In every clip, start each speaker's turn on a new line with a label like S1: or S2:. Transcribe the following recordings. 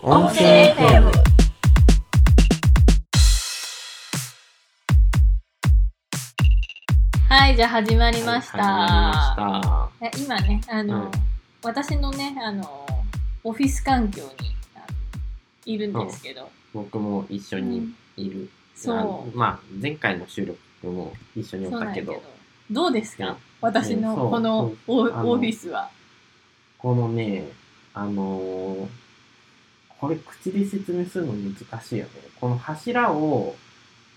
S1: 音声 FM
S2: はい、じゃあ始まりました。
S1: はい始
S2: いや今ね、あ
S1: まり
S2: の、
S1: まし
S2: 私のね、あの、オフィス環境にあのいるんですけ
S1: た、
S2: ど、
S1: うん、僕も一緒にいる、
S2: そ
S1: あまあ前回の収録も一緒
S2: う、
S1: に
S2: そ
S1: お
S2: う
S1: っ
S2: な
S1: た
S2: んや
S1: け
S2: け
S1: ど
S2: ど、どうです
S1: うん
S2: か私
S1: ねそ
S2: の
S1: う
S2: この
S1: そ
S2: オ
S1: うあの
S2: オフィスは。
S1: このねあのーこれ口で説明するの難しいよねこの柱を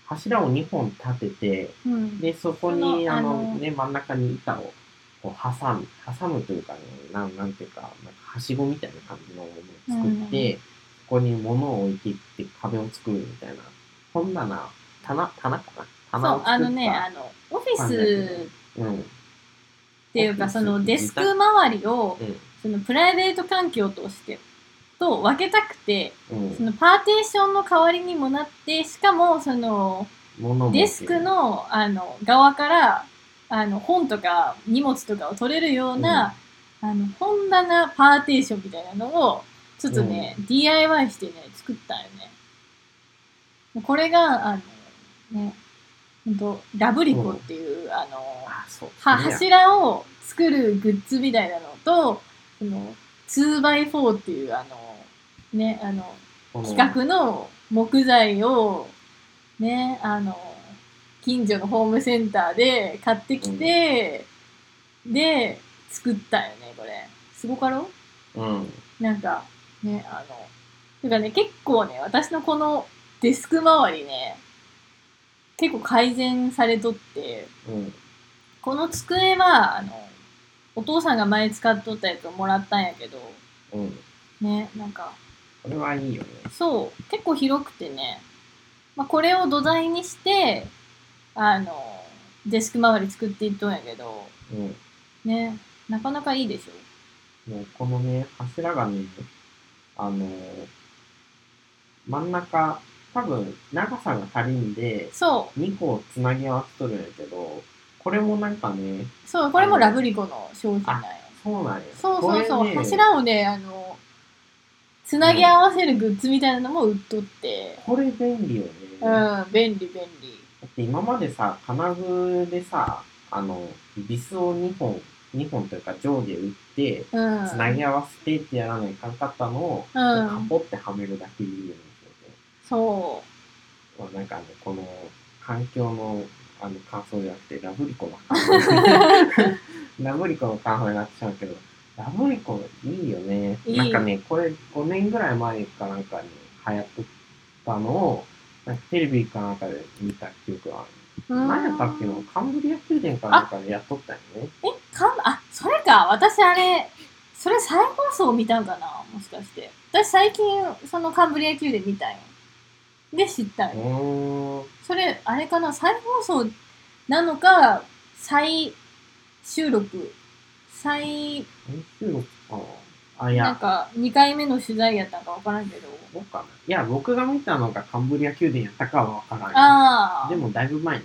S1: 柱を2本立てて
S2: うん
S1: でそこに
S2: その
S1: あの
S2: あの
S1: ね真ん中に板をこう挟む挟むというかねなんなんていうかなんかはしごみたいな感じのものを作って、そこに物を置いていって壁を作るみたいな本棚棚棚かな
S2: そ
S1: 棚を
S2: う、
S1: 作った
S2: あのね、あの、オフィス
S1: うんうん
S2: っていうか、
S1: オフィス
S2: そのデスク周りを、
S1: う
S2: そのプライベート環境として、と分けたくて、
S1: ん
S2: そのパーテーションの代わりにもなって、しかも、その、
S1: 物も
S2: デスクのあの側からあの本とか荷物とかを取れるような、あの本棚パーテーションみたいなのをちょっとね、DIY してね作ったよね。これがあのねほんとラブリコっていう、あのは
S1: あそう
S2: 柱を作るグッズみたいなのとその 2x4 っていうあのねあの
S1: 企
S2: 企画の木材をねあの近所のホームセンターで買ってきて、で作ったよねこれすごかろ
S1: うん
S2: なんかねあのてかね結構ね私のこのデスク周りね結構改善されとって
S1: うん
S2: この机はあのお父さんが前使っとったやつをもらったんやけど
S1: うん
S2: ねなんか
S1: これはいいよね
S2: そう、結構広くてね、まあ、これを土台にして、あの、デスク周り作っていっとんやけど、
S1: うん
S2: ね、なかなかいいでしょ。
S1: もうこのね、柱がね、あのー真ん中、多分長さが足りんで、
S2: そ
S1: 2個つなぎ合わせとるんやけど、これもなんかね、
S2: う、そう、これもラブリコの商品なんよ。
S1: そうなんや。
S2: そうそう
S1: こ
S2: そう、
S1: れね、
S2: 柱をね、あの、つなぎ合わせるグッズみたいなのも売っとって、
S1: これ便利よね。
S2: う
S1: だ
S2: ん、便利便利。
S1: って今までさ、金具でさ、あの、ビスを2本、2本というか上下打って、
S2: うん。
S1: つなぎ合わせてってやらないかんかったのを、
S2: うん
S1: カポってはめるだけでいいよね。
S2: そ
S1: まあ、なんかね、この環境のあの感想じゃなくて、ラブリコの感想。ラブリコの感想になってしまうけど、ラブリコいいよね。
S2: いい
S1: なんかね、これ5年ぐらい前かなんかに流行ってたのを、なんかテレビかなんかで見た記憶がある。
S2: う。うん
S1: 何やったっけのカンブリア宮殿かなんかでやっとったよね。
S2: えかんあそれか私あれそれ再放送見たんかなもしかして私最近そのカンブリア宮殿見たんよで知ったん
S1: う
S2: よ
S1: ーん。
S2: それあれかな再放送なのか再収録再
S1: 編集録かなあ、い
S2: な
S1: や
S2: ん、か2回目の取材やったんか分からんけど
S1: どうかないや、僕が見たのがカンブリア宮殿やったかはわからない。
S2: ああ
S1: でもだいぶ前に、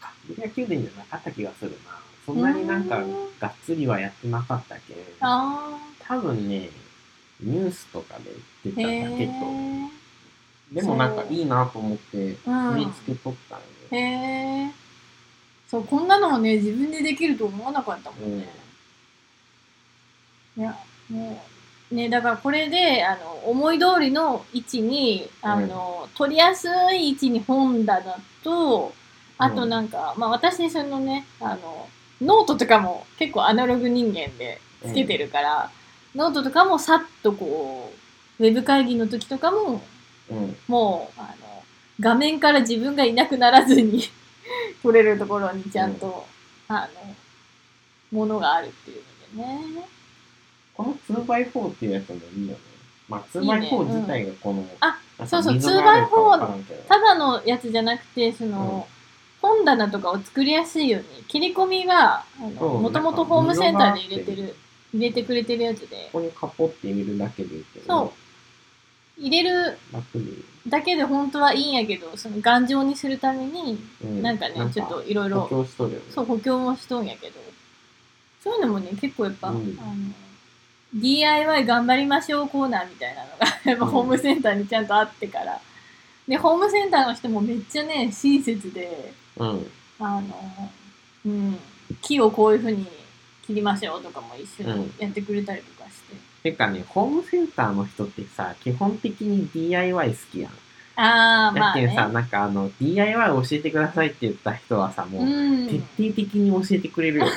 S1: カンブリア宮殿じゃなかった気がするな。そんなになんか
S2: うーん
S1: がっつりはやってなかったけ
S2: あ
S1: 多分ね、ニュースとかで
S2: ー
S1: 出た
S2: へ
S1: だけと。
S2: え
S1: でもなんかいいなと思って、
S2: うん
S1: 見つけとったん
S2: へ
S1: で。
S2: えそうこんなのもね自分でできると思わなかったもんね、いやもうねだからこれであの思い通りの位置にあの、取りやすい位置に本棚とあとなんか、まあ私そのねあのノートとかも結構アナログ人間でつけてるから、ノートとかもさっとこうウェブ会議の時とかも
S1: うん。
S2: もうあの画面から自分がいなくならずに 取れるところにちゃんと、あのものがあるっていうのでね。
S1: この 2x4 っていうやつもいいよね。まあ
S2: いいね
S1: 2x4 自体がこの、
S2: あ
S1: なん
S2: そ
S1: か
S2: うそう
S1: 溝があるかわからんけど、
S2: ただのやつじゃなくてその、本棚とかを作りやすいように切り込みが
S1: そう
S2: もともとホームセンターで入れて
S1: なん
S2: る入れてくれてるやつで
S1: ここにカポって入れるだけでいいけど、
S2: そ入れる
S1: 楽に。
S2: だけで本当はいいんやけどその頑丈にするために
S1: うん
S2: なんかねちょっといろい
S1: 補
S2: ろ
S1: 強しとるよね。
S2: そう補強もしとんやけどそういうのもね結構やっぱ、
S1: うん
S2: あの DIY 頑張りましょうコーナーみたいなのが例えば
S1: うん
S2: ホームセンターにちゃんと会ってから。で、ホームセンターの人もめっちゃね、親切で、
S1: うん。
S2: あの、うん、木をこういうふうに切りましょうとかも一緒にやってくれたりとかして。
S1: てかね、ホームセンターの人ってさ、基本的に DIY 好きやん。
S2: ああ、ま
S1: だ
S2: あ、
S1: けどさ、
S2: ね。
S1: なんかあの、DIY 教えてくださいって言った人はさ、も
S2: う
S1: う、徹
S2: ん
S1: 底、的に教えてくれるよね。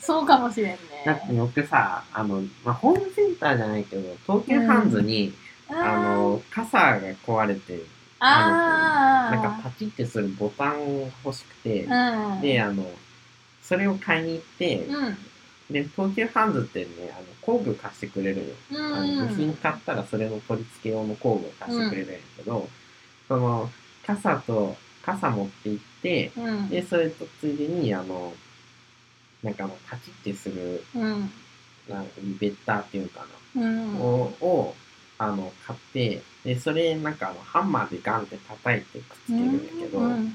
S2: そうかもしれんね。
S1: だって僕さ、あの、まあ、ホームセンターじゃないけど、東急ハンズに、
S2: あ
S1: あ
S2: ー
S1: の、傘が壊れて、
S2: あ
S1: なん
S2: ー、
S1: かパチってするボタンを欲しくて、
S2: うん、
S1: で、あの、それを買いに行って、
S2: うん、
S1: で、東急ハンズってね、あの工具貸してくれるのよ。
S2: うん、
S1: あの部品買ったらそれの取り付け用の工具を貸してくれるんやけど、その傘と傘持って行って
S2: うん、
S1: でそれとついでにあのなんかあのカチッてする
S2: うん、
S1: なんかリベッターっていうのか
S2: うん、
S1: な、ををあの買ってでそれなんかあのハンマーでガンって叩いてくっつけるんやけど、
S2: うんうん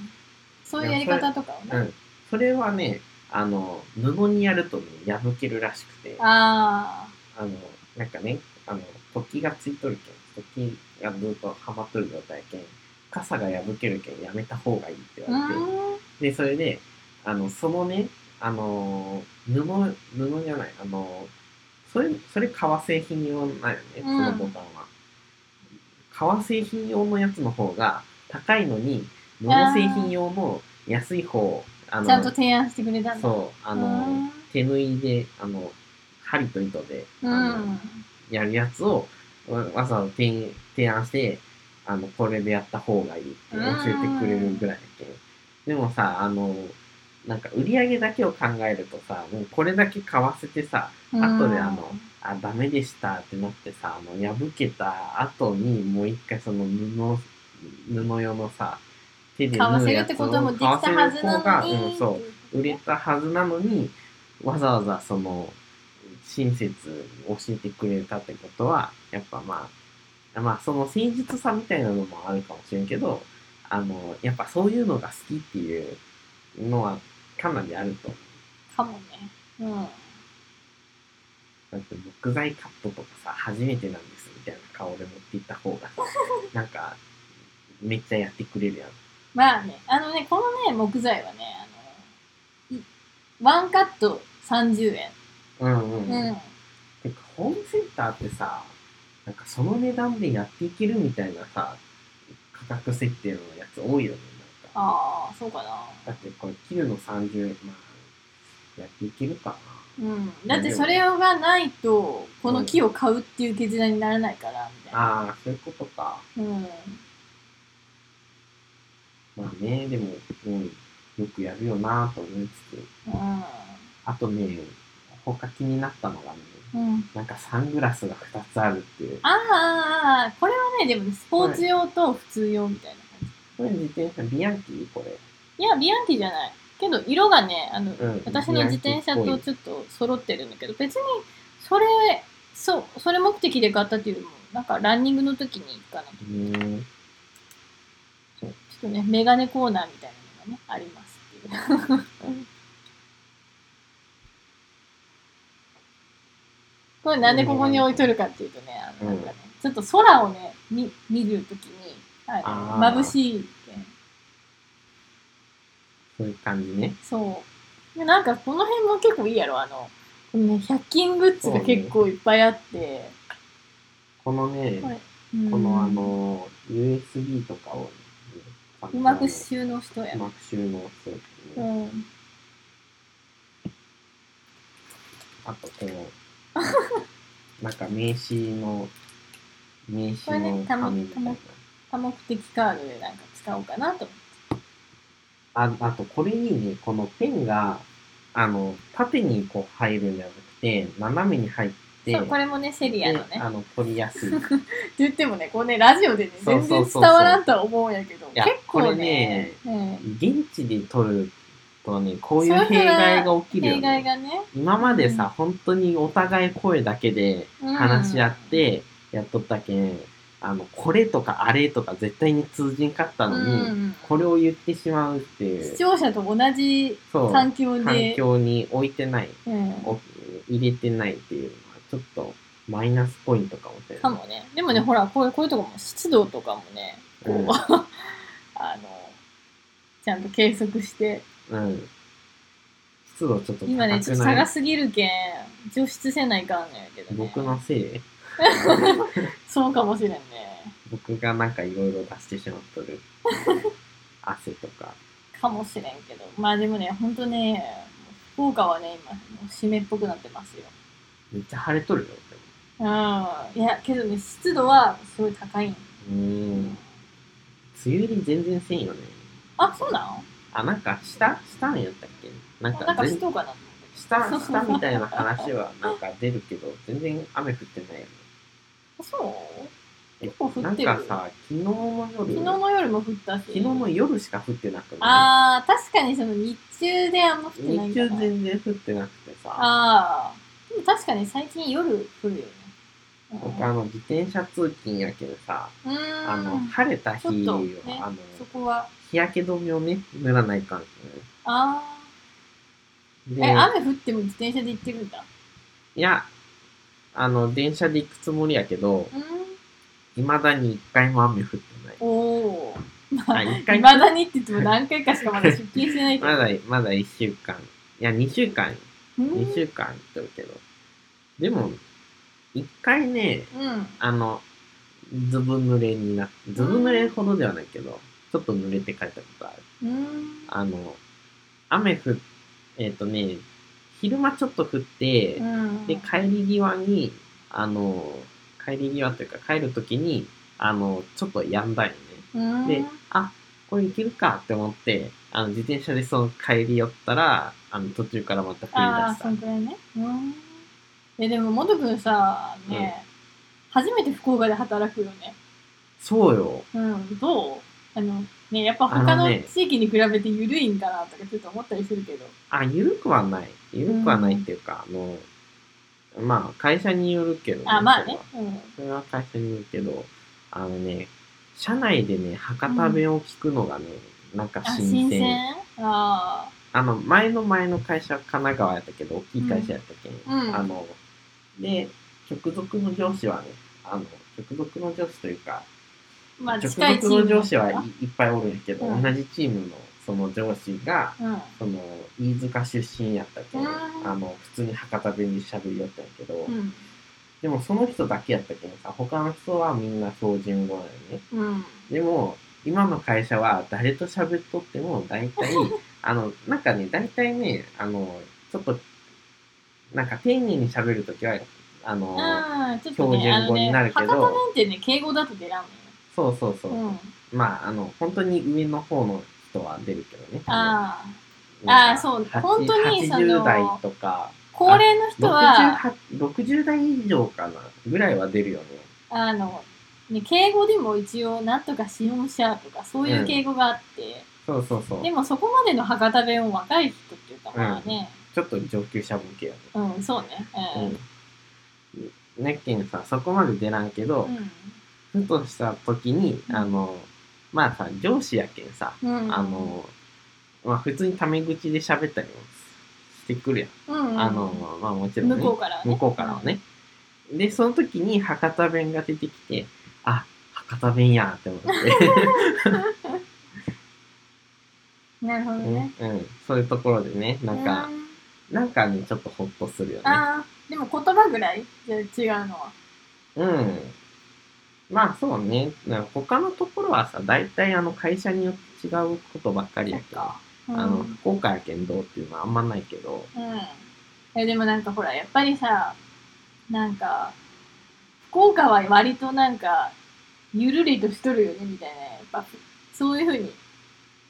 S2: そういうやり方とかをね、
S1: うんそれはねあの布にやるとね破けるらしくて。
S2: あ
S1: あの、なんかね、あの、突起がついとるけん、突起がずっとはまっとる状態やけん、傘が破けるけんやめた方がいいって
S2: あう
S1: 言われて、
S2: ん
S1: で、それで、あの、そのね、あの、布、布じゃない、あの、それ、それ革製品用なんよね、
S2: ん
S1: そのボタンは。革製品用のやつの方が高いのに、布製品用の安い方、あの、
S2: ちゃんと提案してくれたんだ
S1: そう、あの、手縫いで、あの、針と糸で、あ
S2: うん
S1: の、やるやつをわわざわざ提提案してあのこれでやった方がいいって教えてくれるぐらいだけどでもさあのなんか売り上げだけを考えるとさもうこれだけ買わせてさ
S2: うん
S1: 後であのあダメでしたってなってさあの破けた後にもう一回その布布用のさ手で
S2: 買わ
S1: 縫う
S2: せる
S1: や
S2: っ
S1: つ
S2: て
S1: を
S2: こともでき
S1: 買
S2: た
S1: わせる
S2: は
S1: 方
S2: ずな
S1: が
S2: のに、
S1: うんそう売れたはずなのにわざわざその親切に教えてくれたってことはやっぱまあまあその誠実さみたいなのもあるかもしれんけどあのやっぱそういうのが好きっていうのはかなりあると思
S2: かもね、うん、
S1: うだって木材カットとかさ初めてなんですみたいな顔で持っていった方がなんかめっちゃやってくれるやん
S2: まあねあのねこのね木材はねあのいワンカット30円、
S1: うん
S2: うん
S1: てかホームセンターってさなんかその値段でやっていけるみたいなさ価格設定のやつ多いよねなんか
S2: ああそうかな
S1: だってこれ切るの30円まあやっていけるか
S2: うん、だってそれがないとこの木を買うっていう決断にならないからみたい
S1: な
S2: な、
S1: ああそういうことか
S2: うん、
S1: まあねでも、うん、よくやるよなぁと思いつつ
S2: う
S1: あとね他気になったのがね
S2: んうん、
S1: なんかサングラスが2つあるっていう
S2: ああこれはねでもねスポーツ用と普通用みたいな感じ、
S1: これ自転車ビアンキーこれ
S2: い、やビアンキじゃないけど色がねあの、
S1: うん
S2: 私の自転車とちょっと揃ってるんだけど別にそれそうそれ目的で買ったっていうよりもなんかランニングの時に行くかなとち
S1: う
S2: ょ
S1: ん
S2: っとねメガネコーナーみたいなのがねありますっていうこれなんでここに置いとるかっていうとね、あのなんかね、ちょっと空をね、見見るときに、はい、
S1: あー
S2: 眩しいって、
S1: そういう感じね
S2: そう。で、なんかこの辺も結構いいやろ、あの、このね、100均グッズが結構いっぱいあって、
S1: このね、
S2: これうん
S1: このあの、USB とかを、ね、
S2: うまく収納しとや
S1: う。まく収納する、
S2: う
S1: ね
S2: ん。
S1: あとこの、 なんか名刺の、名刺
S2: これ
S1: の
S2: ねたま
S1: 紙みたいな。
S2: 多目的カードでなんか使おうかなと思って。
S1: ああとこれにね、このペンが、あの、縦にこう入るんじゃなくて、斜めに入って、
S2: そう、これもね、セリアのね
S1: で。あの取りやすい。
S2: って言ってもね、こうね、ラジオでね、
S1: そう
S2: 全
S1: そうそうそ
S2: 然伝
S1: う
S2: わらんとは思うんやけど、
S1: いや
S2: 結構
S1: こ
S2: ね
S1: 現地で取るとね、こうい
S2: そうういう
S1: 弊害が起
S2: う
S1: き
S2: ん
S1: るよ
S2: 弊害
S1: ね。
S2: がね、
S1: 今までさ、本当にお互い声だけで、
S2: うん
S1: 話し合っ、てやっとったけん、あのこれとかあれとか絶対に通じんかった
S2: う
S1: のに、
S2: ん、
S1: これを言ってしまうってい
S2: 視
S1: う
S2: 聴者と同じ
S1: そう
S2: 環境で
S1: 環境に置いてない
S2: うん
S1: お入れてないっていうのはちょっとマイナスポイントかもしれない。
S2: かもね。でもね、ほら、こういうこういうとこも湿度とかもね、こう、
S1: うん
S2: あの、ちゃんと計測して、
S1: うん。湿度ちょっと高く
S2: 今
S1: な
S2: ね、
S1: い
S2: ちょっと差がすぎるけん、除湿せないかんのやけどね。
S1: 僕のせい
S2: そうかもしれんね。
S1: 僕がなんかいろいろ出してしまっ とる。汗とか。
S2: かもしれんけど。まあでもね、ほんとね、福岡はね、今、もう湿っぽくなってますよ。
S1: めっちゃ晴れとるよ、でも
S2: うん。いや、けどね、湿度はすごい高いん。
S1: うーん。梅雨入り全然せんよね。
S2: あ、そうなの
S1: あ、なんかしたしたんやったっけなん
S2: なん
S1: か
S2: か
S1: 全
S2: しとうかなと思って。
S1: したしたみたいな話はなんか出るけど、全然雨降ってないよね。
S2: あそう
S1: え
S2: 結構降
S1: な
S2: っ
S1: ん
S2: てる
S1: かさ、昨日の夜、
S2: 昨日の夜も降ったし。
S1: 昨日の夜しか降ってなくな
S2: あー、確かにその日中であんま降っ
S1: い
S2: てない
S1: 日
S2: んだ
S1: 中
S2: な。
S1: 全然降ってなくてさ、
S2: あー。でも確かに最近夜降るよね。うん
S1: 僕あの自転車通勤やけどさ、
S2: うーん。
S1: あの晴れた
S2: ち
S1: 日
S2: ょっ
S1: は、
S2: と、ね、
S1: あの
S2: そこは。
S1: 日焼け止めをね、塗らないかんね。
S2: あー。
S1: で、
S2: え、雨降っても自転車で行ってるんだ。
S1: いや、あの、電車で行くつもりやけど、
S2: うん。
S1: いまだに一回も雨降ってない。
S2: おー。
S1: あ、一
S2: い
S1: 回、
S2: まだにって言っても何回かしかまだ出勤してないけ
S1: ま
S2: ど。
S1: だ、まだ一週間。いや、二週間、
S2: うん
S1: 二週間ってるけど。でも、一回ね、
S2: うん。
S1: あの、ずぶ濡れになずぶ濡れほどではないけど、ちょっと濡れて帰ったことある。
S2: うん。
S1: あの、雨降っ、えっ、とね、昼間ちょっと降って、
S2: うん。
S1: で、帰り際に、あの、帰り際というか帰るときに、あの、ちょっとやんだよね。
S2: うん
S1: で、あ、これいけるかって思って、あの、自転車でその帰り寄ったら、あの、途中からまた
S2: ああ、そ
S1: 降り出
S2: ん
S1: し
S2: くらいね。うん。え、でも、もとくんさ、ね、初めて福岡で働くよね。
S1: た。そうよ。
S2: うん、どうあの、ね、やっぱ
S1: あ
S2: 他
S1: の
S2: の
S1: ね
S2: 地域に比べて緩いんかなとかちょっと思ったりするけど。
S1: あ、ゆるくはない。ゆるくはないっていうか、あの、まあ、会社によるけど、
S2: あ、まあ
S1: それ
S2: ね
S1: は。
S2: うん。
S1: それは会社によるけど、あのね、社内でね、博多弁を聞くのがね、なんか
S2: あ、
S1: 新
S2: 新
S1: 鮮。
S2: 鮮あ
S1: あの、前の前の会社は神奈川やったけど、大きい会社やったけん。
S2: うん
S1: あの、で、直属の上司はね、あの、直属の上司というか、
S2: あ。まあ、
S1: 直
S2: 近いチ
S1: 属
S2: ーム
S1: の
S2: だ
S1: 上
S2: か
S1: 司
S2: ら
S1: はいいっぱいおるんやけど、
S2: うん
S1: 同じチームのその上司が、
S2: うん。
S1: その、飯塚出身やったけん、
S2: うん
S1: あの、普通に博多弁で喋りよったんやけど、
S2: うん。
S1: でもその人だけやったけんさ、他の人はみんな標準語なんよね。
S2: うん。
S1: でも、今の会社は誰と喋っとっても大 体、あの、なんかね、大体ね、あの、ちょっと、なんか丁寧に喋るときは、あの、
S2: ああ、ちょっと
S1: 標
S2: ね、あ
S1: 準
S2: の
S1: 語に
S2: ね、
S1: なる
S2: 博
S1: けど
S2: 多なんてね、敬語だと出らん
S1: そうそうそう。
S2: のよ。うん。
S1: まあ、あの、本当に上の方の人は出るけどね。
S2: ああ。
S1: なんか
S2: あーそう
S1: はち
S2: 本当にそ
S1: 80
S2: の
S1: 代とか、
S2: 高齢の人は、
S1: 68 60代以上かな、ぐらいは出るよね。
S2: あの、ね、敬語でも一応、なんとかしようしゃとか、そういう敬語があって、
S1: そうそうそう。
S2: でもそこまでの博多弁を若い人っていうか、まあね、
S1: ちょっと上級者向けやね。
S2: うん、そうね、
S1: うん。ねっけんさ、そこまで出らんけど、
S2: うん、
S1: ふとした時に、
S2: うん
S1: あの、まあさ、上司やけんさ、
S2: うん、うん、
S1: あ、の、まあ普通にタメ口で喋ったりもしてくるやん。
S2: うん、
S1: あの、まあもちろん、ね、
S2: 向こうからはね、
S1: 向こうからはね。で、その時に博多弁が出てきて、あ、博多弁やんって思って、
S2: うん。なるほどね。
S1: うん、そういうところでね、なんか、
S2: うん
S1: なんかね、ちょっとほっとするよね。
S2: ああ、でも言葉ぐらいじゃ違うのは。
S1: うん。まあそうね、なんか他のところはさ、大体あの会社によって違うことばっかりやけど、
S2: うん、
S1: あの、福岡やけんどうっていうのはあんまないけど、
S2: うん。え、でもなんかほら、やっぱりさ、なんか、福岡は割となんか、ゆるりとしとるよね、みたいな。やっぱ、そういうふうに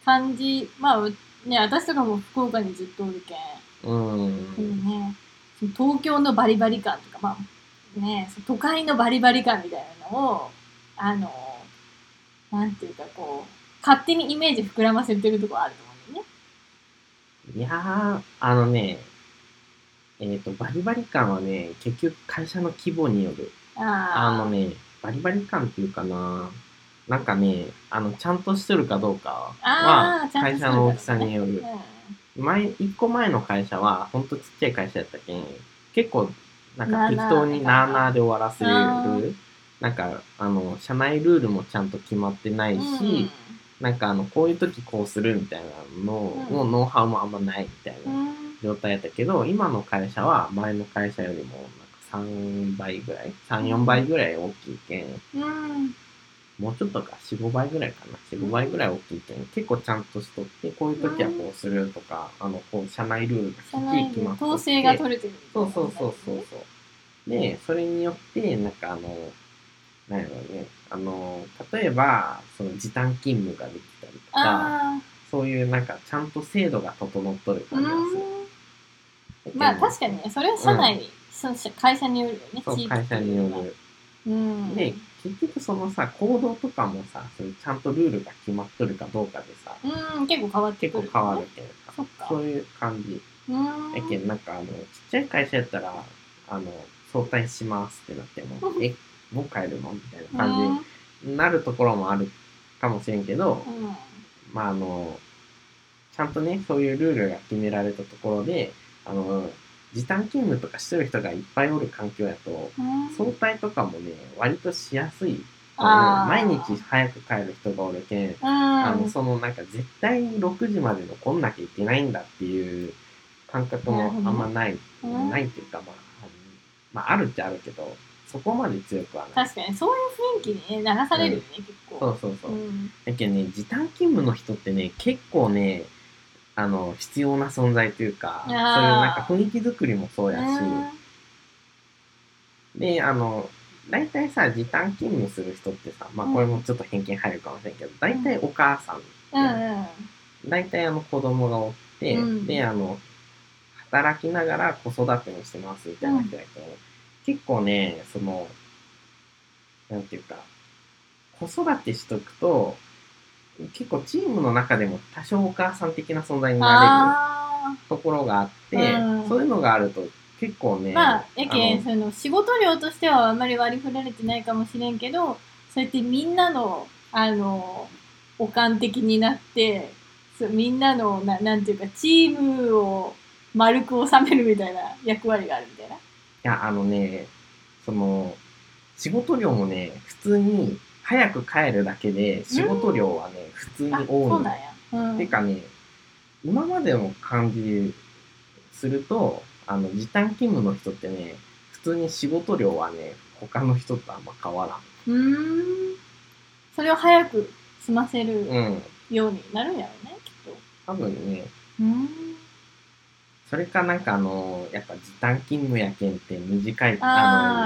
S2: 感じ、まあ、うね、私とかも福岡にずっとおるけん。
S1: う
S2: でも
S1: ん。
S2: ね、その東京のバリバリ感とか、まあ、ね、その都会のバリバリ感みたいなのを、あの、なんていうかこう、勝手にイメージ膨らませてるとこあると思うんだよね。
S1: いやー、あのね、えっ、と、バリバリ感はね、結局会社の規模による。あ
S2: あー
S1: のね、バリバリ感っていうかな、なんかね、あの、ちゃんとしとるかどうか
S2: あ
S1: は
S2: ー、ちゃんと
S1: 会
S2: しと
S1: 社
S2: るかど
S1: の
S2: うかね
S1: 大きさによる。
S2: うん
S1: 前、一個前の会社は、ほんとちっちゃい会社やったけん、結構、なんか適当になあなあで終わらせる。なんか、あの、社内ルールもちゃんと決まってないし、なんかあの、こういう時こうするみたいなののノウハウもあんまないみたい
S2: うんう
S1: なん状態やったけど、今の会社は前の会社よりもなんか3倍ぐらい、3、4倍ぐらい大きいけん、
S2: うん
S1: もうちょっとか、4、5倍ぐらいかな。4、5倍ぐらい大きいけん、結構ちゃんとしとって、こういう時はこうするとか、あの、こう、社内ルールが
S2: 社
S1: きっちり
S2: 内
S1: 決ま
S2: の
S1: っとって
S2: 統制が取れてる
S1: そうそうそうそうそう。で、それによって、なんかあの、なんやろうね、あの、例えば、その時短勤務ができたりとか、
S2: あ
S1: そういうなんかちゃんと制度が整っとる
S2: あ
S1: 感じが
S2: うん
S1: する。
S2: まあ確かにねそれは社内に、そうし会社によるよね
S1: そう、会社による。
S2: る、うん、
S1: で、結局そのさ、行動とかもさ、それちゃんとルールが決まっとるかどうかでさ、
S2: うん結構変わって
S1: 結
S2: く
S1: 構
S2: る、
S1: 変わるけどさ
S2: そっか
S1: そういう感じ。
S2: うん
S1: やけん、なんかあの、ちっちゃい会社やったら、あの、早退しますってなって も、え、もう帰るのみたいな感じ。なるところもあるかもしれんけど、
S2: うんうん
S1: まああの、ちゃんとね、そういうルールが決められたところで、あの、時短勤務とかしてる人がいっぱいおる環境やと、
S2: うん
S1: 早退とかもね、割としやすい。あ
S2: あ
S1: の
S2: ー
S1: 毎日早く帰る人がおるけん、
S2: うん
S1: あの、そのなんか絶対に6時まで残んなきゃいけないんだっていう感覚もあんまない、
S2: うん
S1: ないっていうか、まあ、あのまああるっちゃあるけど、そこまで強くはない。
S2: 確かにそういう雰囲気に、ね、流されるよね、結構
S1: そうそうそう。
S2: うん
S1: だけどね、時短勤務の人ってね、結構ね、あの、必要な存在というか、
S2: あー
S1: そういうなんか雰囲気作りもそうやし、
S2: うん
S1: で、あの、大体さ、時短勤務する人ってさ、まあ
S2: うん
S1: これもちょっと偏見入るかもしれんけど、大体お母さん、
S2: うん
S1: 大体あの子供がおって、
S2: うん
S1: で、あの、働きながら子育てもしてますみたいな人だけど、結構ね、その、なんていうか、子育てしとくと、結構チームの中でも多少お母さん的な存在にな
S2: あ
S1: れるところがあって、
S2: うん
S1: そういうのがあると結構ね、
S2: ーまあや
S1: あ
S2: けん
S1: の
S2: その仕事量としてはあんまり割り振られてないかもしれんけどそうやってみんなのあのおかん的になってそうみんなのななんていうかチームを丸く収めるみたいな役割があるみたいない
S1: や、あのね、その、仕事量もね、普通に早く帰るだけで仕事量はね、普通に
S2: あそ
S1: 多い
S2: うなんや、うん、
S1: てかね、今までの感じすると、あの、時短勤務の人ってね、普通に仕事量はね、他の人とあんま変わら
S2: うーんそれを早く済ませる
S1: ん。うん。
S2: ようになるんやろうねきっと
S1: 多分ね、
S2: うーん
S1: それかなんかあの、やっぱ時短勤務やけんって短い、
S2: あ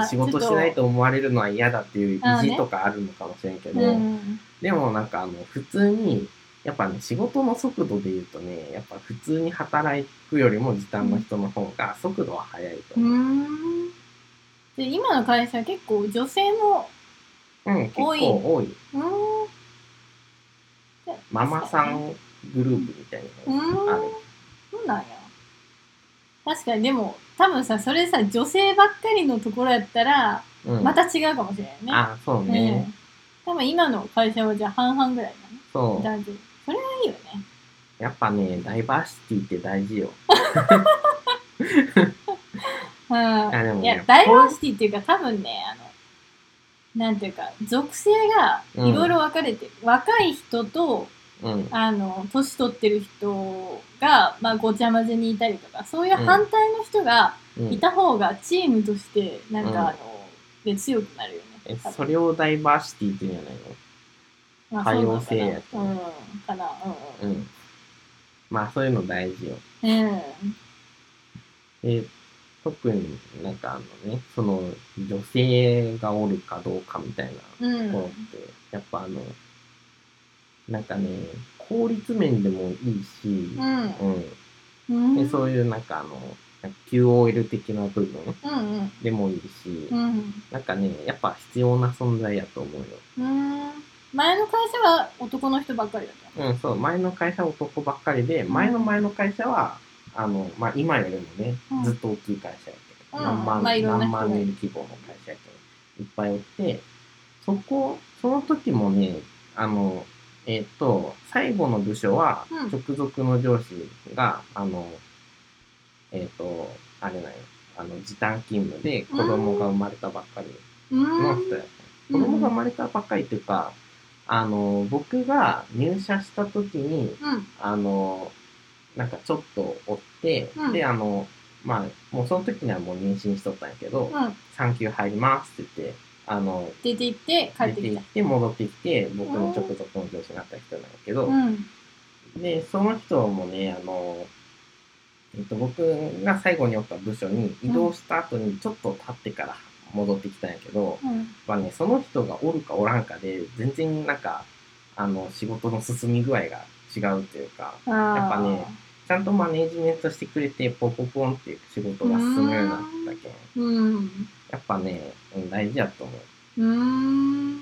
S1: あ
S2: ー
S1: の、仕事しないと思われるのは嫌だっていう意地とかあるのかもしれんけど、
S2: うん
S1: でもなんかあの、普通に、やっぱね、仕事の速度で言うとね、やっぱ普通に働くよりも時短の人の方が速度は速いと
S2: う
S1: 思う。
S2: んで今の会社結構女性も
S1: うん、結構
S2: 多い
S1: 多い。
S2: うーんで
S1: ママさんグループみたいなのがある。
S2: そうなんや確かにでも多分さそれさ女性ばっかりのところやったら
S1: うん、
S2: また違うかもしれないね、
S1: あ、そうね。
S2: うん多分今の会社はじゃあ半々ぐらい
S1: そ
S2: だ
S1: う。
S2: ね男女それはいいよね
S1: やっぱね、ダイバーシティって大事よ。やでも
S2: うん、
S1: ね
S2: いや、ダイバーシティっていうか、多分ね、あの、なんていうか、属性がいろいろ分かれてる、若い人と、
S1: うん。
S2: あの、年取ってる人が、まあ、ごちゃ混ぜにいたりとか、そういう反対の人が
S1: うん
S2: いた方が、チームとして、なんか、
S1: うん
S2: あの、で強くなるよ
S1: え
S2: ね。多分
S1: それをダイバーシティって言うんじゃ
S2: まあ
S1: 多様
S2: そう
S1: 性
S2: な
S1: や
S2: の
S1: と
S2: かなうん、かな、
S1: ないのうん。まあ、そういうの大事よ。
S2: うん、うん。うん。
S1: え特になんかあのね、その女性がおるかどうかみたいなところって、やっぱあの、なんかね、効率面でもいいし、
S2: うん。
S1: うん。
S2: うん。
S1: でそういうなんかあの、QOL 的な部分
S2: うん
S1: でもいいし、
S2: うん。うん。
S1: なんかね、やっぱ必要な存在やと思うよ。
S2: うん。前の会社は男の人ばっかりだった。
S1: うん、そう、前の会社は男ばっかりで、前の前の会社は、あの、まあ、今よりもね
S2: う、ん
S1: ずっと大きい会社やけど、
S2: うん
S1: 何万、
S2: まあいろん
S1: 何
S2: な人が
S1: 万人規模の会社やけど、いっぱいおって、そこ、その時もね、あの、えっ、と、最後の部署は
S2: うん、
S1: 直属の上司が、あの、えっ、と、あれなんよ、あの時短勤務で子供が生まれたばっかり
S2: う
S1: の
S2: ん
S1: 人やった、子供が生まれたばっかりっていうかあの僕が入社した時に
S2: うん
S1: あのなんかちょっと追って、
S2: うん
S1: であのまあもうその時にはもう妊娠しとったんやけど
S2: うん
S1: 「産休入ります」って言ってあの
S2: 出て行って帰
S1: 出
S2: ってて
S1: 行
S2: き
S1: ったて戻ってきて僕の直属の上司になった人なんやけど、
S2: うん
S1: で、その人もね、あの、えっと、僕が最後におった部署に移動した後にちょっと経ってから戻ってきたんやけど、
S2: うん
S1: まあね、その人がおるかおらんかで、全然なんか、あの、仕事の進み具合が違うっていうか、
S2: あ
S1: やっぱ
S2: ー
S1: ねちゃんとマネージメントしてくれて、ポポポンっていう仕事が進むようになったけん、
S2: うん
S1: やっぱね、うん大事やと思う。
S2: うーん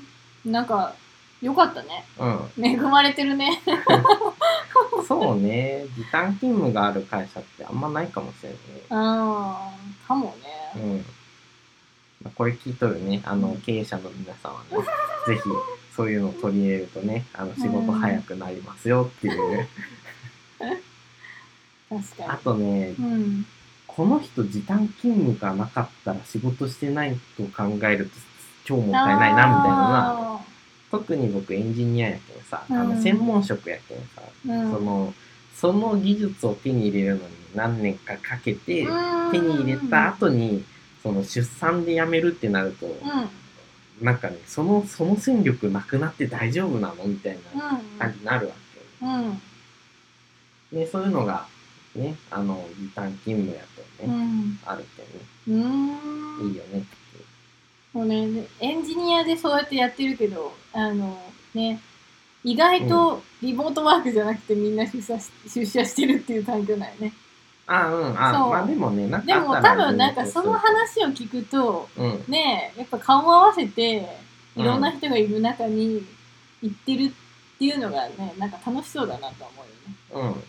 S2: なんかよかったね
S1: う
S2: 恵まれてるね
S1: ん。そうね、時短勤務がある会社ってあんまないかもしれないね。
S2: あーかも
S1: う
S2: ね
S1: ん。まあこれ聞いとるね、あの、経営者の皆さんはね、ぜひ、そういうのを取り入れるとね、あの、仕事早くなりますよっていう、
S2: 確
S1: あ
S2: か
S1: とね、
S2: にうん
S1: この人時短勤務がなかったら仕事してないと考えると、超もったいないな、みたいなのは
S2: あ
S1: 特に僕エンジニアやけんさ、あ
S2: う
S1: の、
S2: ん
S1: 専門職やけんさ、
S2: ーうん
S1: その、その技術を手に入れるのに何年かかけて、手に入れた後に、その出産で辞めるってなると、
S2: うんうん
S1: なんかね、その、その戦力なくなって大丈夫なのみたいな感じになるわ
S2: うん
S1: け。で、そういうのが、ね、あの、時短勤務やと
S2: う
S1: ね、
S2: ん
S1: あるけ
S2: う
S1: どね、い
S2: ん
S1: いよね。
S2: もうねエンジニアでそうやってやってるけどあのね意外とリモートワークじゃなくてみんな出社し出社してるっていう環境だよね
S1: あうん、あ
S2: そう
S1: まあでもね、なん
S2: で
S1: かあ
S2: も
S1: ったら
S2: 多分なんかその
S1: 連
S2: 話を聞くと
S1: 絡する。うん。
S2: ねえやっぱ顔を合わせて
S1: うん
S2: いろんな人がいる中に行ってるっていうのがねなんか楽しそうだなと思うよね。
S1: うん。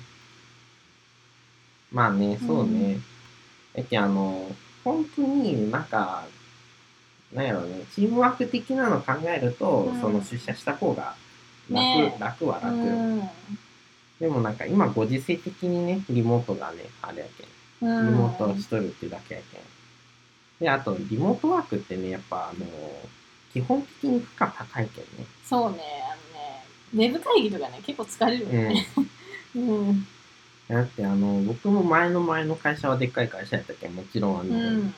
S1: まあね、そうね。えけあの、本当になんか、なんやろね、チームワーク的なの考えると、
S2: うん
S1: その出社した方が楽、
S2: ね
S1: 楽は
S2: う
S1: 楽よ。
S2: ん
S1: でもなんか今ご時世的にね、リモートがね、あれやけん。リモートをしとるってだけやけん。で、あと、リモートワークってね、やっぱあの、基本的に負荷高いけん
S2: そうねあのねウェブ会議とかね結構疲れるよね。
S1: ね。うん。
S2: うん
S1: だってあの、僕も前の前の会社はでっかい会社やったけん、もちろんあ
S2: う
S1: の、
S2: ん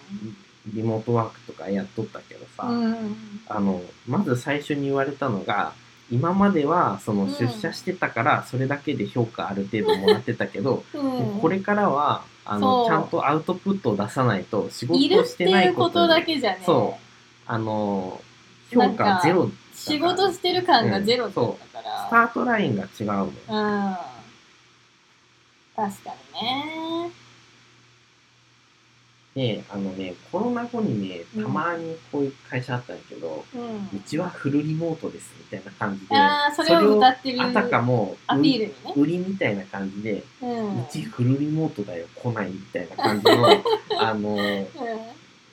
S1: リモートワークとかやっとったけどさ、
S2: うん
S1: あの、まず最初に言われたのが、今まではその
S2: うん
S1: 出社してたから、それだけで評価ある程度もらってたけど、
S2: うん
S1: これからはあ
S2: そ
S1: の
S2: う
S1: ちゃんとアウトプットを出さないと仕
S2: いる
S1: 事を
S2: っ
S1: しててないいう
S2: こ
S1: こと
S2: と
S1: に
S2: だけじゃね
S1: そあの
S2: な
S1: 評
S2: んか
S1: 価ゼロだから
S2: 仕事してる感がゼロだった
S1: ス
S2: か
S1: タ
S2: ら。
S1: ートラインが違うの、
S2: うん確かにね。
S1: であのねコロナ後にね
S2: うん
S1: たまにこういう会社あったんやけど、
S2: うん
S1: うちはフルリモートですみたいな感じで
S2: ああそれを歌って
S1: そ
S2: る
S1: れをあたかも
S2: アピールにね。
S1: 売りみたいな感じで、
S2: う。
S1: うんちフルリモートだよ来ないみたいな感じの あの
S2: うん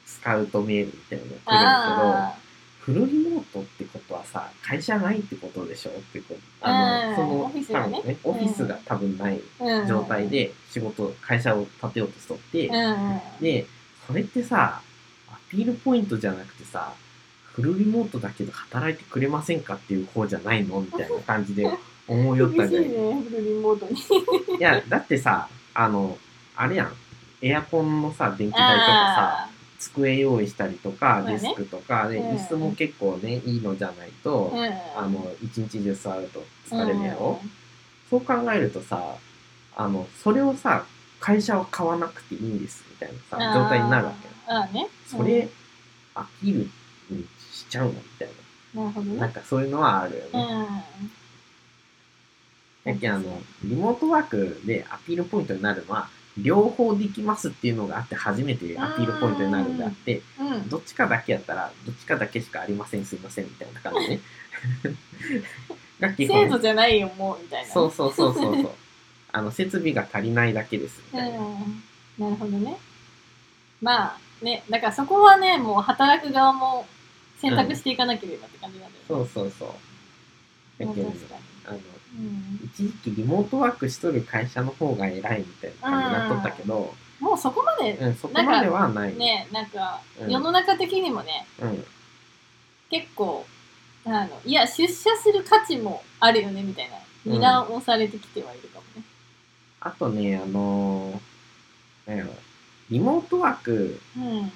S1: スカウトメールみたいなのが来るんやけど
S2: あ
S1: フルリモートってことはさ会社ないってことでしょってこと
S2: うんオフィスがね
S1: 多分オフィスが多分ない
S2: あ
S1: 状態。で仕事、会社を立てようとしとって、
S2: うんうん。
S1: でそれってさアピールポイントじゃなくてさフルリモートだけど働いてくれませんかっていう方じゃないのみたいな感じで思いよった
S2: 厳
S1: じ
S2: し
S1: ゃ
S2: い
S1: ない
S2: ね、フルリモートに。
S1: いやだってさあのあれやんエアコンのさ電気代とかさ
S2: あ
S1: 机用意したりとか、
S2: まあ
S1: デ
S2: ね
S1: スクとかで、
S2: うん
S1: 椅子も結構ねいいのじゃないと、
S2: あ。うん
S1: あの一日中座ると疲れるやろ、。そう考えるとさあのそれをさ会社は買わなくていいんですみたい
S2: うん
S1: なさ状態になるわけよ
S2: あーあーね。
S1: それ、アピールにしちゃうのみたい
S2: うん。なるほど
S1: ななん
S2: ね。
S1: かそういうのはあるよ
S2: う
S1: ね、だけどあのリモートワークでアピールポイントになるのは両方できますっていうのがあって初めてアピールポイントになるんであって、
S2: ん。うん。
S1: どっちかだけやったら、どっちかだけしかありません、すいません、みたいな感じ ね。が基
S2: 制度
S1: 本。
S2: じゃないよ、もう、みたいな。
S1: そうそうそうそう そう。あの、設備が足りないだけです、み
S2: うん。
S1: たいな。
S2: なるほどね。まあ、ね、だからそこはね、もう働く側も選択していかなければって感じなんだよね。
S1: そうそうそう。だけど
S2: まあ確かに。
S1: あの、
S2: うん。
S1: 一時期リモートワークしとる会社の方が偉いみたいな感じになっとったけど、
S2: うもうそこまで
S1: うん、そこまではない。
S2: ね、なんか
S1: うん
S2: 世の中的にもね、
S1: うん、
S2: 結構、あのいや、出社する価値もあるよねみたいな、見直されてきてはいるかもね。
S1: あとね、あのーなんやろ、リモートワーク、
S2: うん。
S1: うん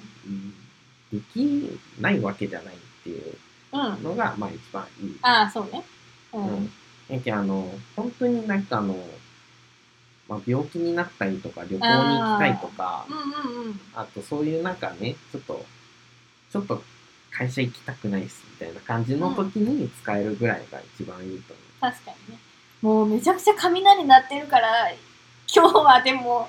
S1: できないわけじゃないっていう
S2: うん。
S1: のが、まあ一番いい。
S2: ああ、そうね。うん。
S1: うん。やけんあの、本当になんかあの、まあ、病気になったりとか、旅行に行きたいとか、
S2: うんうんうん。
S1: あとそういうなんかね、ちょっと、ちょっと会社行きたくないっすみたいな感じの時に使えるぐらいが一番いいと思
S2: 確かにね。もうめちゃくちゃ雷鳴ってるから、今日はでも、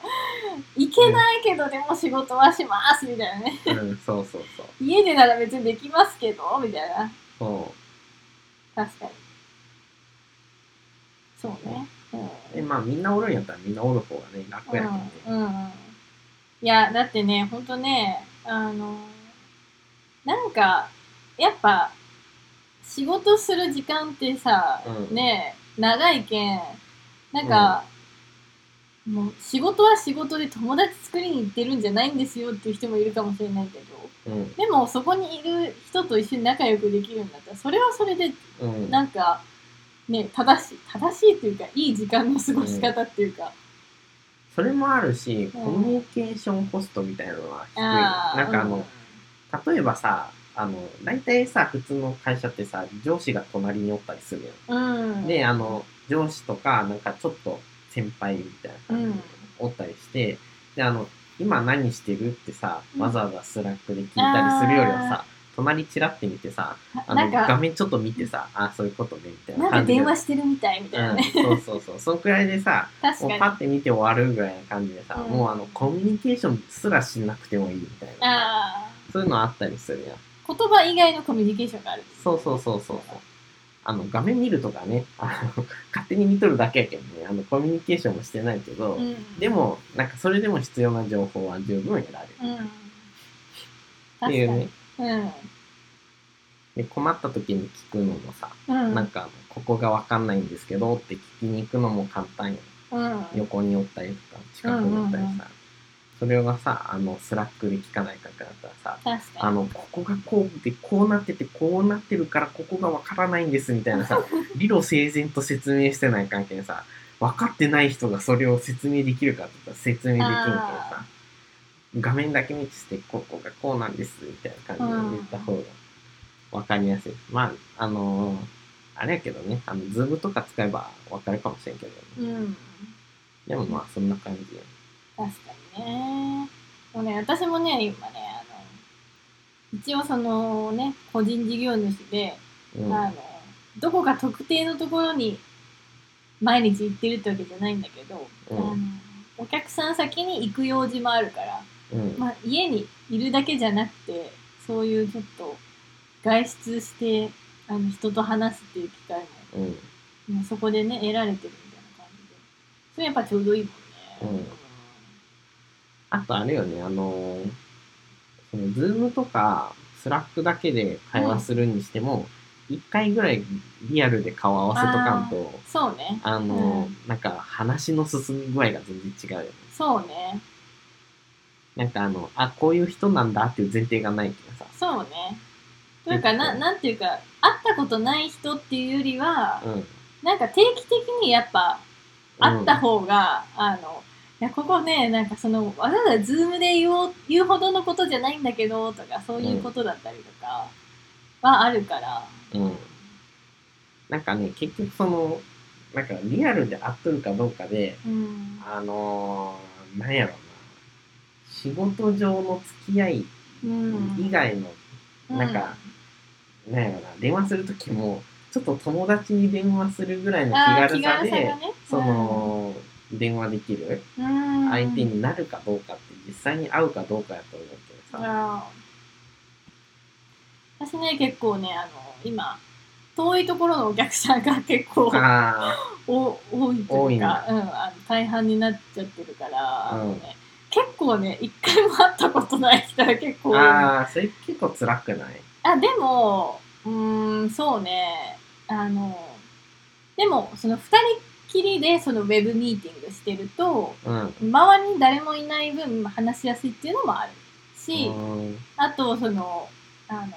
S2: 行けないけどでも仕事はしますみたいなね。
S1: う。うん、そうそうそう。
S2: 家でなら別にできますけど、みたいな。
S1: そ
S2: 確かに。そうね。
S1: う。で、まあみんなおるんやったらみんなおる方がね、楽やけんね。
S2: うん。うんうん。いや、だってね、ほんとね、あの、なんか、やっぱ、仕事する時間ってさ、
S1: うん
S2: ね、長いけん、なんか、もう仕事は仕事で友達作りに行ってるんじゃないんですよっていう人もいるかもしれないけど、
S1: うん。
S2: でもそこにいる人と一緒に仲良くできるんだったら、それはそれで
S1: うん。
S2: なんか、ね、正しい、正しいというか、いい時間の過ごし方っていうか、
S1: それもあるし、
S2: うん
S1: コミュニケーションコストみたいなのは低い。
S2: あー
S1: なんかあの、例えばさ、あの、大体さ、普通の会社ってさ、上司が隣におったりするやん。
S2: うん。
S1: で、あの、上司とか、なんかちょっと先輩みたいな
S2: うん、
S1: 感
S2: うん
S1: じで。おったりして、で、あの、今何してるってさ、
S2: うん
S1: わざわざスラックで聞いたりするよりはさ、隣チラって見てさ、あ
S2: な
S1: の、
S2: んか
S1: 画、面ちょっと見てさ、あ、そういうことね、みたい
S2: な
S1: なん
S2: か
S1: 感じで。
S2: 電話してるみたいみたいなね。
S1: うん、そうそうそう。そのくらいでさ、
S2: 確
S1: もう
S2: かに。
S1: パ
S2: あ
S1: ッて見て終わるぐらいな感じでさ、
S2: うん
S1: もうあの、コミュニケーションすらしなくてもいいみたいな。
S2: あ
S1: そういうのあったりするやん。
S2: ー、言葉以外のコミュニケーションがある。
S1: そうそうそうそう。あの、画面見るとかね、あの、勝手に見とるだけやけどね、あの、コミュニケーションもしてないけど、
S2: うん。
S1: で、も、なんかそれでも必要な情報は十分得られる。
S2: うん。
S1: って
S2: 確
S1: いう
S2: か
S1: ね
S2: に。。うん。
S1: で、困った時に聞くのもさ、
S2: うん。
S1: なんか、ここがわかんないんですけどって聞きに行くのも簡単やん。
S2: うん。
S1: 横におったりとか、近くにおったり
S2: うんうんうん
S1: さ。それがさ、あの、スラックで聞かないかだったらさ、
S2: 確か
S1: あ
S2: に。
S1: の、ここがこうで、こうなってて、こうなってるから、ここがわからないんですみたいな さ、理路整然と説明してない関係でさ、分かってない人がそれを説明できるかって言ったら説明できるけどさ、画面だけ見てて、ここがこうなんですみたいな感じで言った方が分かりやすい。まあ、あのーあれやけどね、あの、ズームとか使えば分かるかもしれんけどね。
S2: うん。
S1: でもまあ、そんな感じや。
S2: 確かにね。もうね、私もね、今ね、あの、一応そのね、個人事業主で、
S1: うん。
S2: あのどこか特定のところに毎日行ってるってわけじゃないんだけど、
S1: うん
S2: あのお客さん先に行く用事もあるから、
S1: うん。
S2: まあ、家にいるだけじゃなくてそういうちょっと外出してあの人と話すっていう機会も
S1: うん。
S2: もうそこでね得られてるみたいな感じでそれやっぱちょうどいいもんね。
S1: あとあれよね、あのーその、ズームとか、スラックだけで会話するにしても、一、回ぐらいリアルで顔合わせとかんと、
S2: そうね
S1: あのー
S2: う
S1: なんか話の進み具合が全然違うよね。
S2: そうね
S1: なんかあの、あ、こういう人なんだっていう前提がないけどさ。
S2: そうね。というかななんていうか会ったことない人っていうよりは、
S1: うん。
S2: なんか定期的にやっぱあった方が、あの、いや、ここね、なんかその、わざわざズームで言おう、言うほどのことじゃないんだけど、とか、そういうことだったりとかはあるから。
S1: うんうんなんかね、結局その、なんかリアルで合っとるかどうかで、
S2: うん。
S1: あのーなんやろな、仕事上の付き合い
S2: うん。
S1: 以外のなんか、なんやろな、電話するときも、ちょっと友達に電話するぐらい
S2: うん、
S1: の気
S2: あー
S1: 軽さで、
S2: がね
S1: そ、の、電話できる
S2: うん、
S1: 相手になるかどうかって、実際に会うかどうかやと思うけどさ。
S2: あー私ね、結構ね、あの、今、遠いところのお客さんが結構
S1: あ
S2: お多い
S1: 多
S2: とい
S1: い
S2: うんか
S1: だ、
S2: うん、あの大半になっちゃってるから、
S1: うん
S2: あのね、結構ね一回も会ったことない人が結構
S1: ー
S2: 多いあ
S1: あー、それ結構辛くない
S2: でもうーんそうねあのでもその2人きりでそのウェブミーティングしてると、
S1: うん。
S2: 周りに誰もいない分話しやすいっていうのもあるし、
S1: うん
S2: あとその、あのね、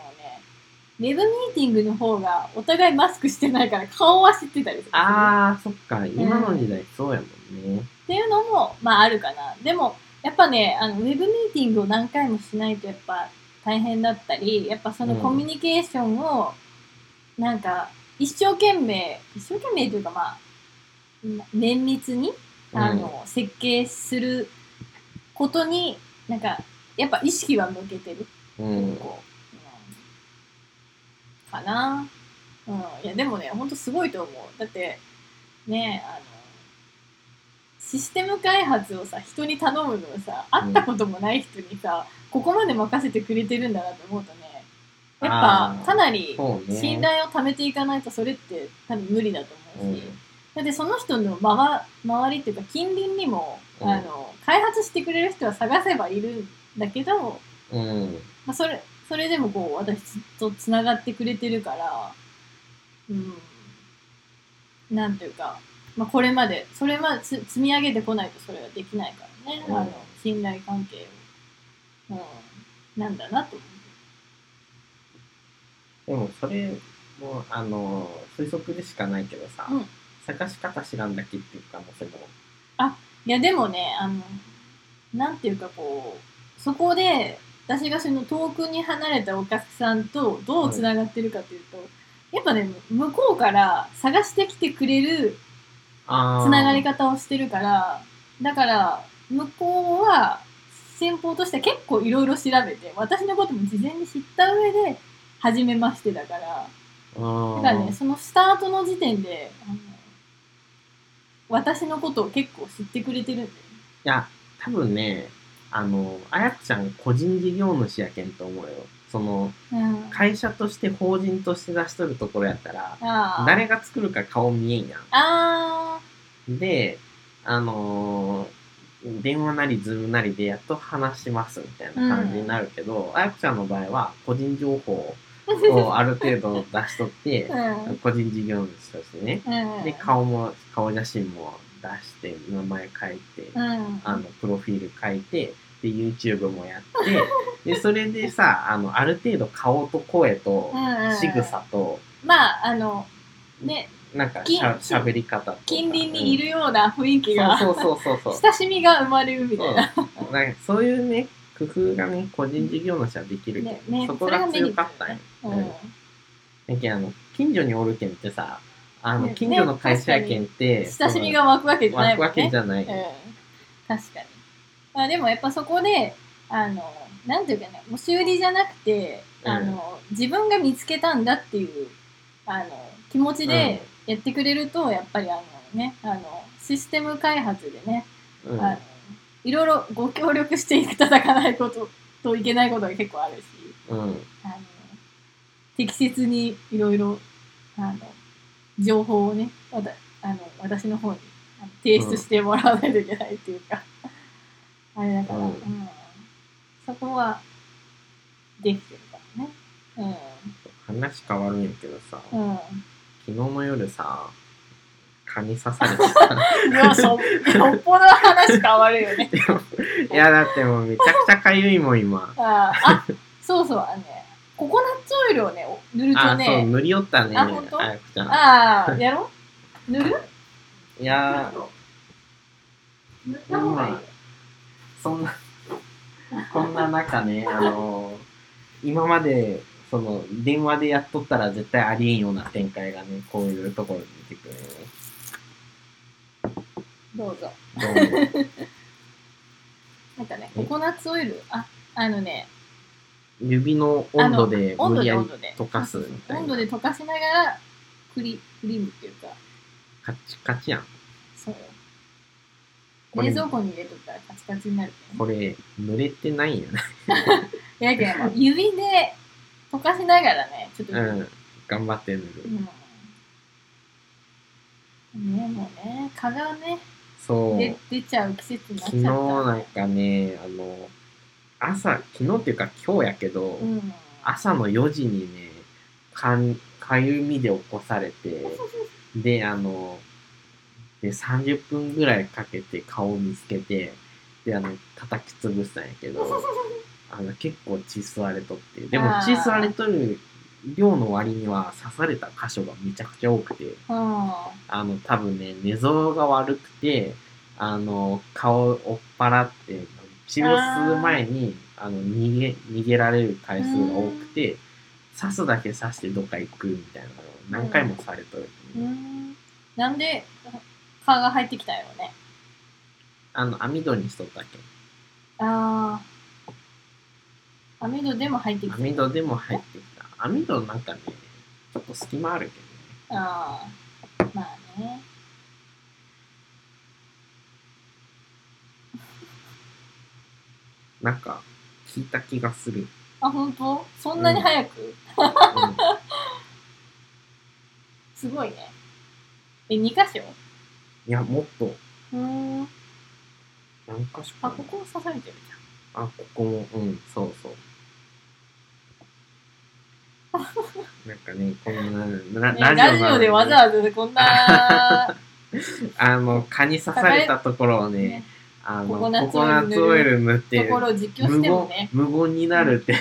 S2: ウェブミーティングの方がお互いマスクしてないから顔は知ってたりとか
S1: ああ、そっか。今の時代そうやもんね。
S2: するっていうのも、まああるかな。でも、やっぱね、あの、ウェブミーティングを何回もしないとやっぱ大変だったり、やっぱその
S1: うん
S2: コミュニケーションを、なんか、一生懸命、一生懸命というかまあ、綿密にあの、設計することになんかやっぱ意識は向けてる、
S1: う。
S2: うん
S1: うん。
S2: こう、うんかな、うん、いやでもねほんとすごいと思うだってねあのシステム開発をさ人に頼むのをさ会ったこともない人にさ、ここまで任せてくれてるんだなと思うとねやっ
S1: あ
S2: ぱ
S1: ー
S2: かなり
S1: そうね。
S2: 信頼を貯めていかないとそれって多分無理だと
S1: う
S2: 思うし、
S1: ん。
S2: だってその人の周周りっていうか近隣にも、
S1: うん
S2: あの開発してくれる人は探せばいるんだけど、
S1: うん。
S2: まあ、それそれでもこう私とつながってくれてるから、うん、なんていうか、まあ、これまでそれまでつ積み上げてこないとそれはできないからね、
S1: うん
S2: あの信頼関係を、うん、なんだなと思
S1: でもそれも、あの、推測でしかないけどさ、
S2: うん
S1: 探し方知らんだけっていう可能性も。
S2: ういやでもねあのなんていうかこうそこで私がその遠くに離れたお客さんとどうつながってるかというと、やっぱね向こうから探してきてくれる
S1: ああ。
S2: つながり方をしてるからだから向こうは先方としては結構いろいろ調べて私のことも事前に知った上で初めましてだから
S1: うん。
S2: だからねそのスタートの時点であの私のことを結構知ってくれてるんだよね。
S1: いや、多分ね、あの、あやっちゃん個人事業主やけんと思うよ。その、
S2: うん
S1: 会社として法人として出しとるところやったら、
S2: あー
S1: 誰が作るか顔見えんや
S2: あ
S1: ん。で、あのー電話なりズームなりでやっと話しますみたいな感じになるけど、あやこちゃんの場合は個人情報をある程度出しとって、
S2: ーうん
S1: 個人事業主としてね。
S2: うん
S1: で、顔も、顔写真も出して、名前書いて、
S2: うん
S1: あの、プロフィール書いて、で、YouTube もやって、で、それでさ、あの、ある程度顔と声と
S2: う、んうん
S1: 仕草と、
S2: まああのね
S1: なんか
S2: 近
S1: しゃ、しゃべり方とか。
S2: 近隣にい
S1: る
S2: るような雰囲気が、
S1: そうそうそうそうそう。
S2: 親しみが生まれるみたいな。
S1: そうなんかそういうね、工夫がね、個人事業主はできるけ
S2: ね
S1: ど、
S2: ね
S1: そこが強かったんよ。
S2: う
S1: うん
S2: ん
S1: だけどあの、近所におるけんってさ、あの、
S2: ね
S1: 近所の会社やけんって、
S2: 親しみが湧くわけじゃな
S1: 湧
S2: い
S1: く
S2: もん
S1: わけ
S2: ね。
S1: じゃない。
S2: うん、確かに。まあ、でもやっぱそこで、あの、なんていうかね、もう修理じゃなくて、
S1: うん
S2: あの、自分が見つけたんだっていう、あの、気持ちでやってくれると、やっぱりあのね、あの、システム開発でね、
S1: うん
S2: あのいろいろご協力していただかないことといけないことが結構あるし、
S1: うん。
S2: あの、適切にいろいろ、あの、情報をね、わたあの私の方にあの提出してもらわないといけないっていうか、 あれだから、
S1: う
S2: うんんそこは、できてるからね。
S1: 話変わるんやけどさ、
S2: うん。うん。
S1: 昨日の夜さ、蚊に刺されて さ、
S2: いや、そ、よっぽど話変わるよね。
S1: いやだってもうめちゃくちゃかゆいもん今。
S2: あー、あそうそう、あのね、ココナッツオイルをね、お塗ると
S1: あ、そう、
S2: ね、
S1: 塗りよったね、
S2: あほんと
S1: やこちゃん。
S2: ああ、やろ塗る
S1: いやー、
S2: 塗った方がいいよ。
S1: そんな、こんな中ね、あのー今まで、その、電話でやっとったら絶対ありえんような展開がね、こういうところに出てくるよね
S2: どうぞ。
S1: どうも。
S2: なんか
S1: え
S2: ね、ココナッツオイル、あ、あのね、
S1: 指の温度で無
S2: 温度
S1: 理
S2: で
S1: や
S2: 温
S1: り
S2: 度で。
S1: 溶かすみたいな
S2: 温度で溶かしながら、クリ、クリームっていうか、
S1: カチカチやん。
S2: そうよ
S1: これ
S2: 冷蔵庫に入れとったらカチカチになるけど
S1: これ、濡れてないんやね。
S2: ね。いやけど、指で溶かしながらね、ちょっと、
S1: う
S2: うん
S1: ん。頑張って塗る。
S2: ね、もうね、蚊がね、
S1: そう。
S2: で出ちゃう季節になっ
S1: 昨日
S2: ちゃった。
S1: なんかね、あの、朝、昨日っていうか今日やけど、
S2: うん。
S1: 朝の4時にね、かん、かゆみで起こされて、で、あの、で、30分ぐらいかけて顔を見つけて、で、あの、叩き潰したんやけ ど、あの、結構血吸われとって、でも
S2: あー
S1: 血吸われとる量の割には刺された箇所がめちゃくちゃ多くて、
S2: う
S1: あの、多分ね、寝相が悪くて、あの、顔を追っ払って、血を吸う前に、あの、逃げ、逃げられる回数が多くて、刺すだけ刺してどっか行くみたいなのを何回もされとる、
S2: んうんなんで蚊が入ってきたんやろね
S1: あの、網戸にしとったっけ
S2: ああ網戸でも入ってきた
S1: 網戸でも入ってきた。網戸なんかね、ちょっと隙間あるけ
S2: ああまあね
S1: どね。なんか、聞いた気がす る。
S2: あ本当そんなに早く、
S1: うん
S2: すごいねえ二2箇所
S1: いや、もっと、
S2: うーん
S1: 何か所
S2: あ
S1: か
S2: ここを刺されてるじ
S1: な。あ、ここも、うん、そう そう。なんかね、こんな、な
S2: ゃ、
S1: ん
S2: ね、ラジオでわざ
S1: わ
S2: わざこんな
S1: ざ。あの、蚊に刺されたところをね
S2: ね、
S1: あの、コ
S2: コ
S1: コ
S2: コナッツ
S1: ナッツオイル塗っ
S2: と
S1: て、
S2: ころを実況
S1: 無
S2: して
S1: 言
S2: もね
S1: 無言になる って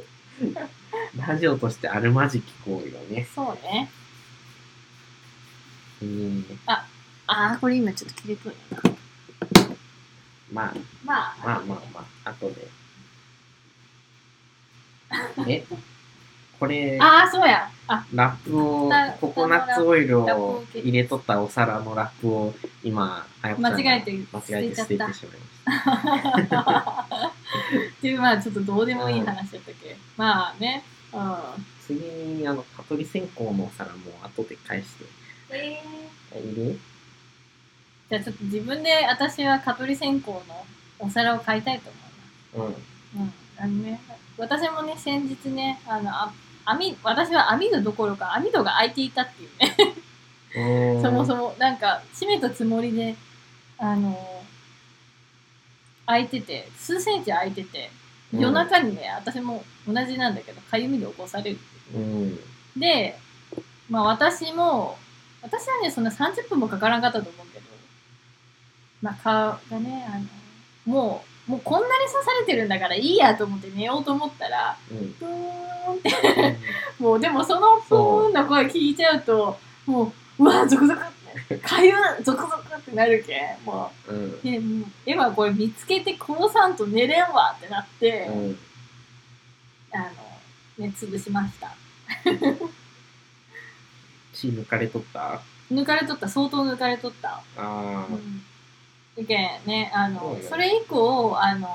S1: ラジオとしてあるまじき行為がね、
S2: そうね
S1: うん、
S2: ああこれ今ちょっと切れとるな
S1: まあ
S2: まあ
S1: まあまあまあ後 でえこれ
S2: ああそうやあ
S1: ラップを
S2: ラ
S1: ココナッツオイル
S2: ラップを
S1: を入れとったお皿のラップを今あやこさんが
S2: 間違えて
S1: 間違えて捨ててしまいました
S2: っていうまあちょっとどうでもいい話だったっけ、まあねうん
S1: 次にあの蚊取り線香のお皿も後で返して
S2: え
S1: えいる
S2: じゃあちょっと自分で私は蚊取り線香のお皿を買いたいと思います
S1: うん
S2: うん、あのね、私もね、先日ね、あの、あ網、私は網戸どころか網戸が開いていたっていうね、そもそも、なんか、閉めたつもりで、あの、開いてて、数センチ開いてて、
S1: うん
S2: 夜中にね、私も同じなんだけど、かゆみで起こされる。
S1: うん
S2: で、まあ私も、私はね、そんな30分もかからんかったと思うけど、まあ顔がね、あの、もう、もうこんなに刺されてるんだからいいやと思って寝ようと思ったら、
S1: うん
S2: プーンって、もうでもそのプーンの声聞いちゃうと、もう、うわ、ゾクゾクって、かゆいゾクゾクってなるけん、も
S1: うん
S2: う、で、もう今これ見つけて殺さんと寝れんわってなって、
S1: うん
S2: あの、ね、潰しました。
S1: 血抜かれとった
S2: 抜かれとった、相当抜かれとった。
S1: あー
S2: うん、けねあ
S1: そう
S2: の
S1: よ
S2: それ以降あの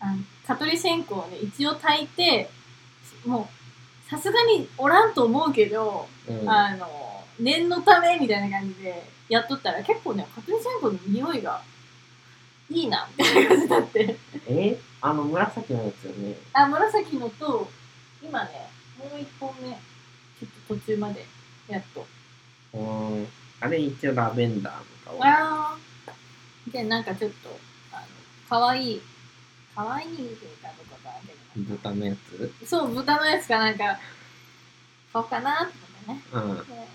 S2: あの蚊取り線香をね一応炊いてもうさすがにおらんと思うけど、
S1: うん
S2: あの念のためみたいな感じでやっとったら結構ね蚊取り線香の匂いがいいなみたいな感じにな って
S1: えあの紫のやつよね
S2: あ紫のと今ねもう一本目ちょっと途中までやっと
S1: うんあれ一応ラベンダーの香
S2: あーで、なんかちょっと、あの、かわいい、かわいいというか、どこかわかんないけ
S1: り豚のやつ
S2: どそう、豚のやつかなんか、買おうかなって思っ
S1: うん、うん、
S2: てね。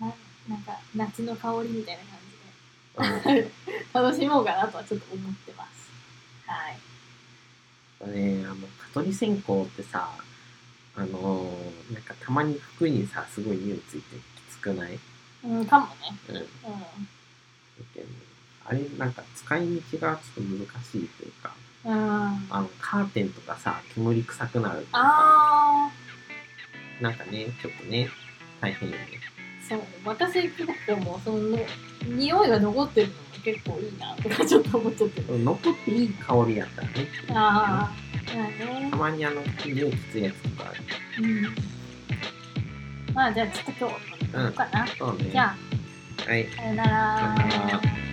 S2: うんななんか、夏の香りみたいな感じで、 楽しもうかなとはちょっと思ってます。はい。
S1: ねあの蚊取り線香ってさあのーなんかたまに服にさすごい匂いついてきつくない
S2: うん、かもね。
S1: うんだ
S2: う
S1: けどあれなんか使い道がちょっと難しいというか
S2: ん。うん。
S1: あのカーテンとかさ煙臭くなるとか
S2: あ
S1: なんかねちょっとね大変よね
S2: ー、そう、私結構もう、その、匂いが残ってるのも結構いいなとか、ちょっと思っちゃってる。
S1: 残っていい香りやったらね
S2: あー、まあね
S1: た。まにあの匂いきついやつとかある
S2: うんまあじゃあちょっと今日はこの辺かな。
S1: そうね
S2: じゃあ
S1: はい
S2: さよなら
S1: さよなら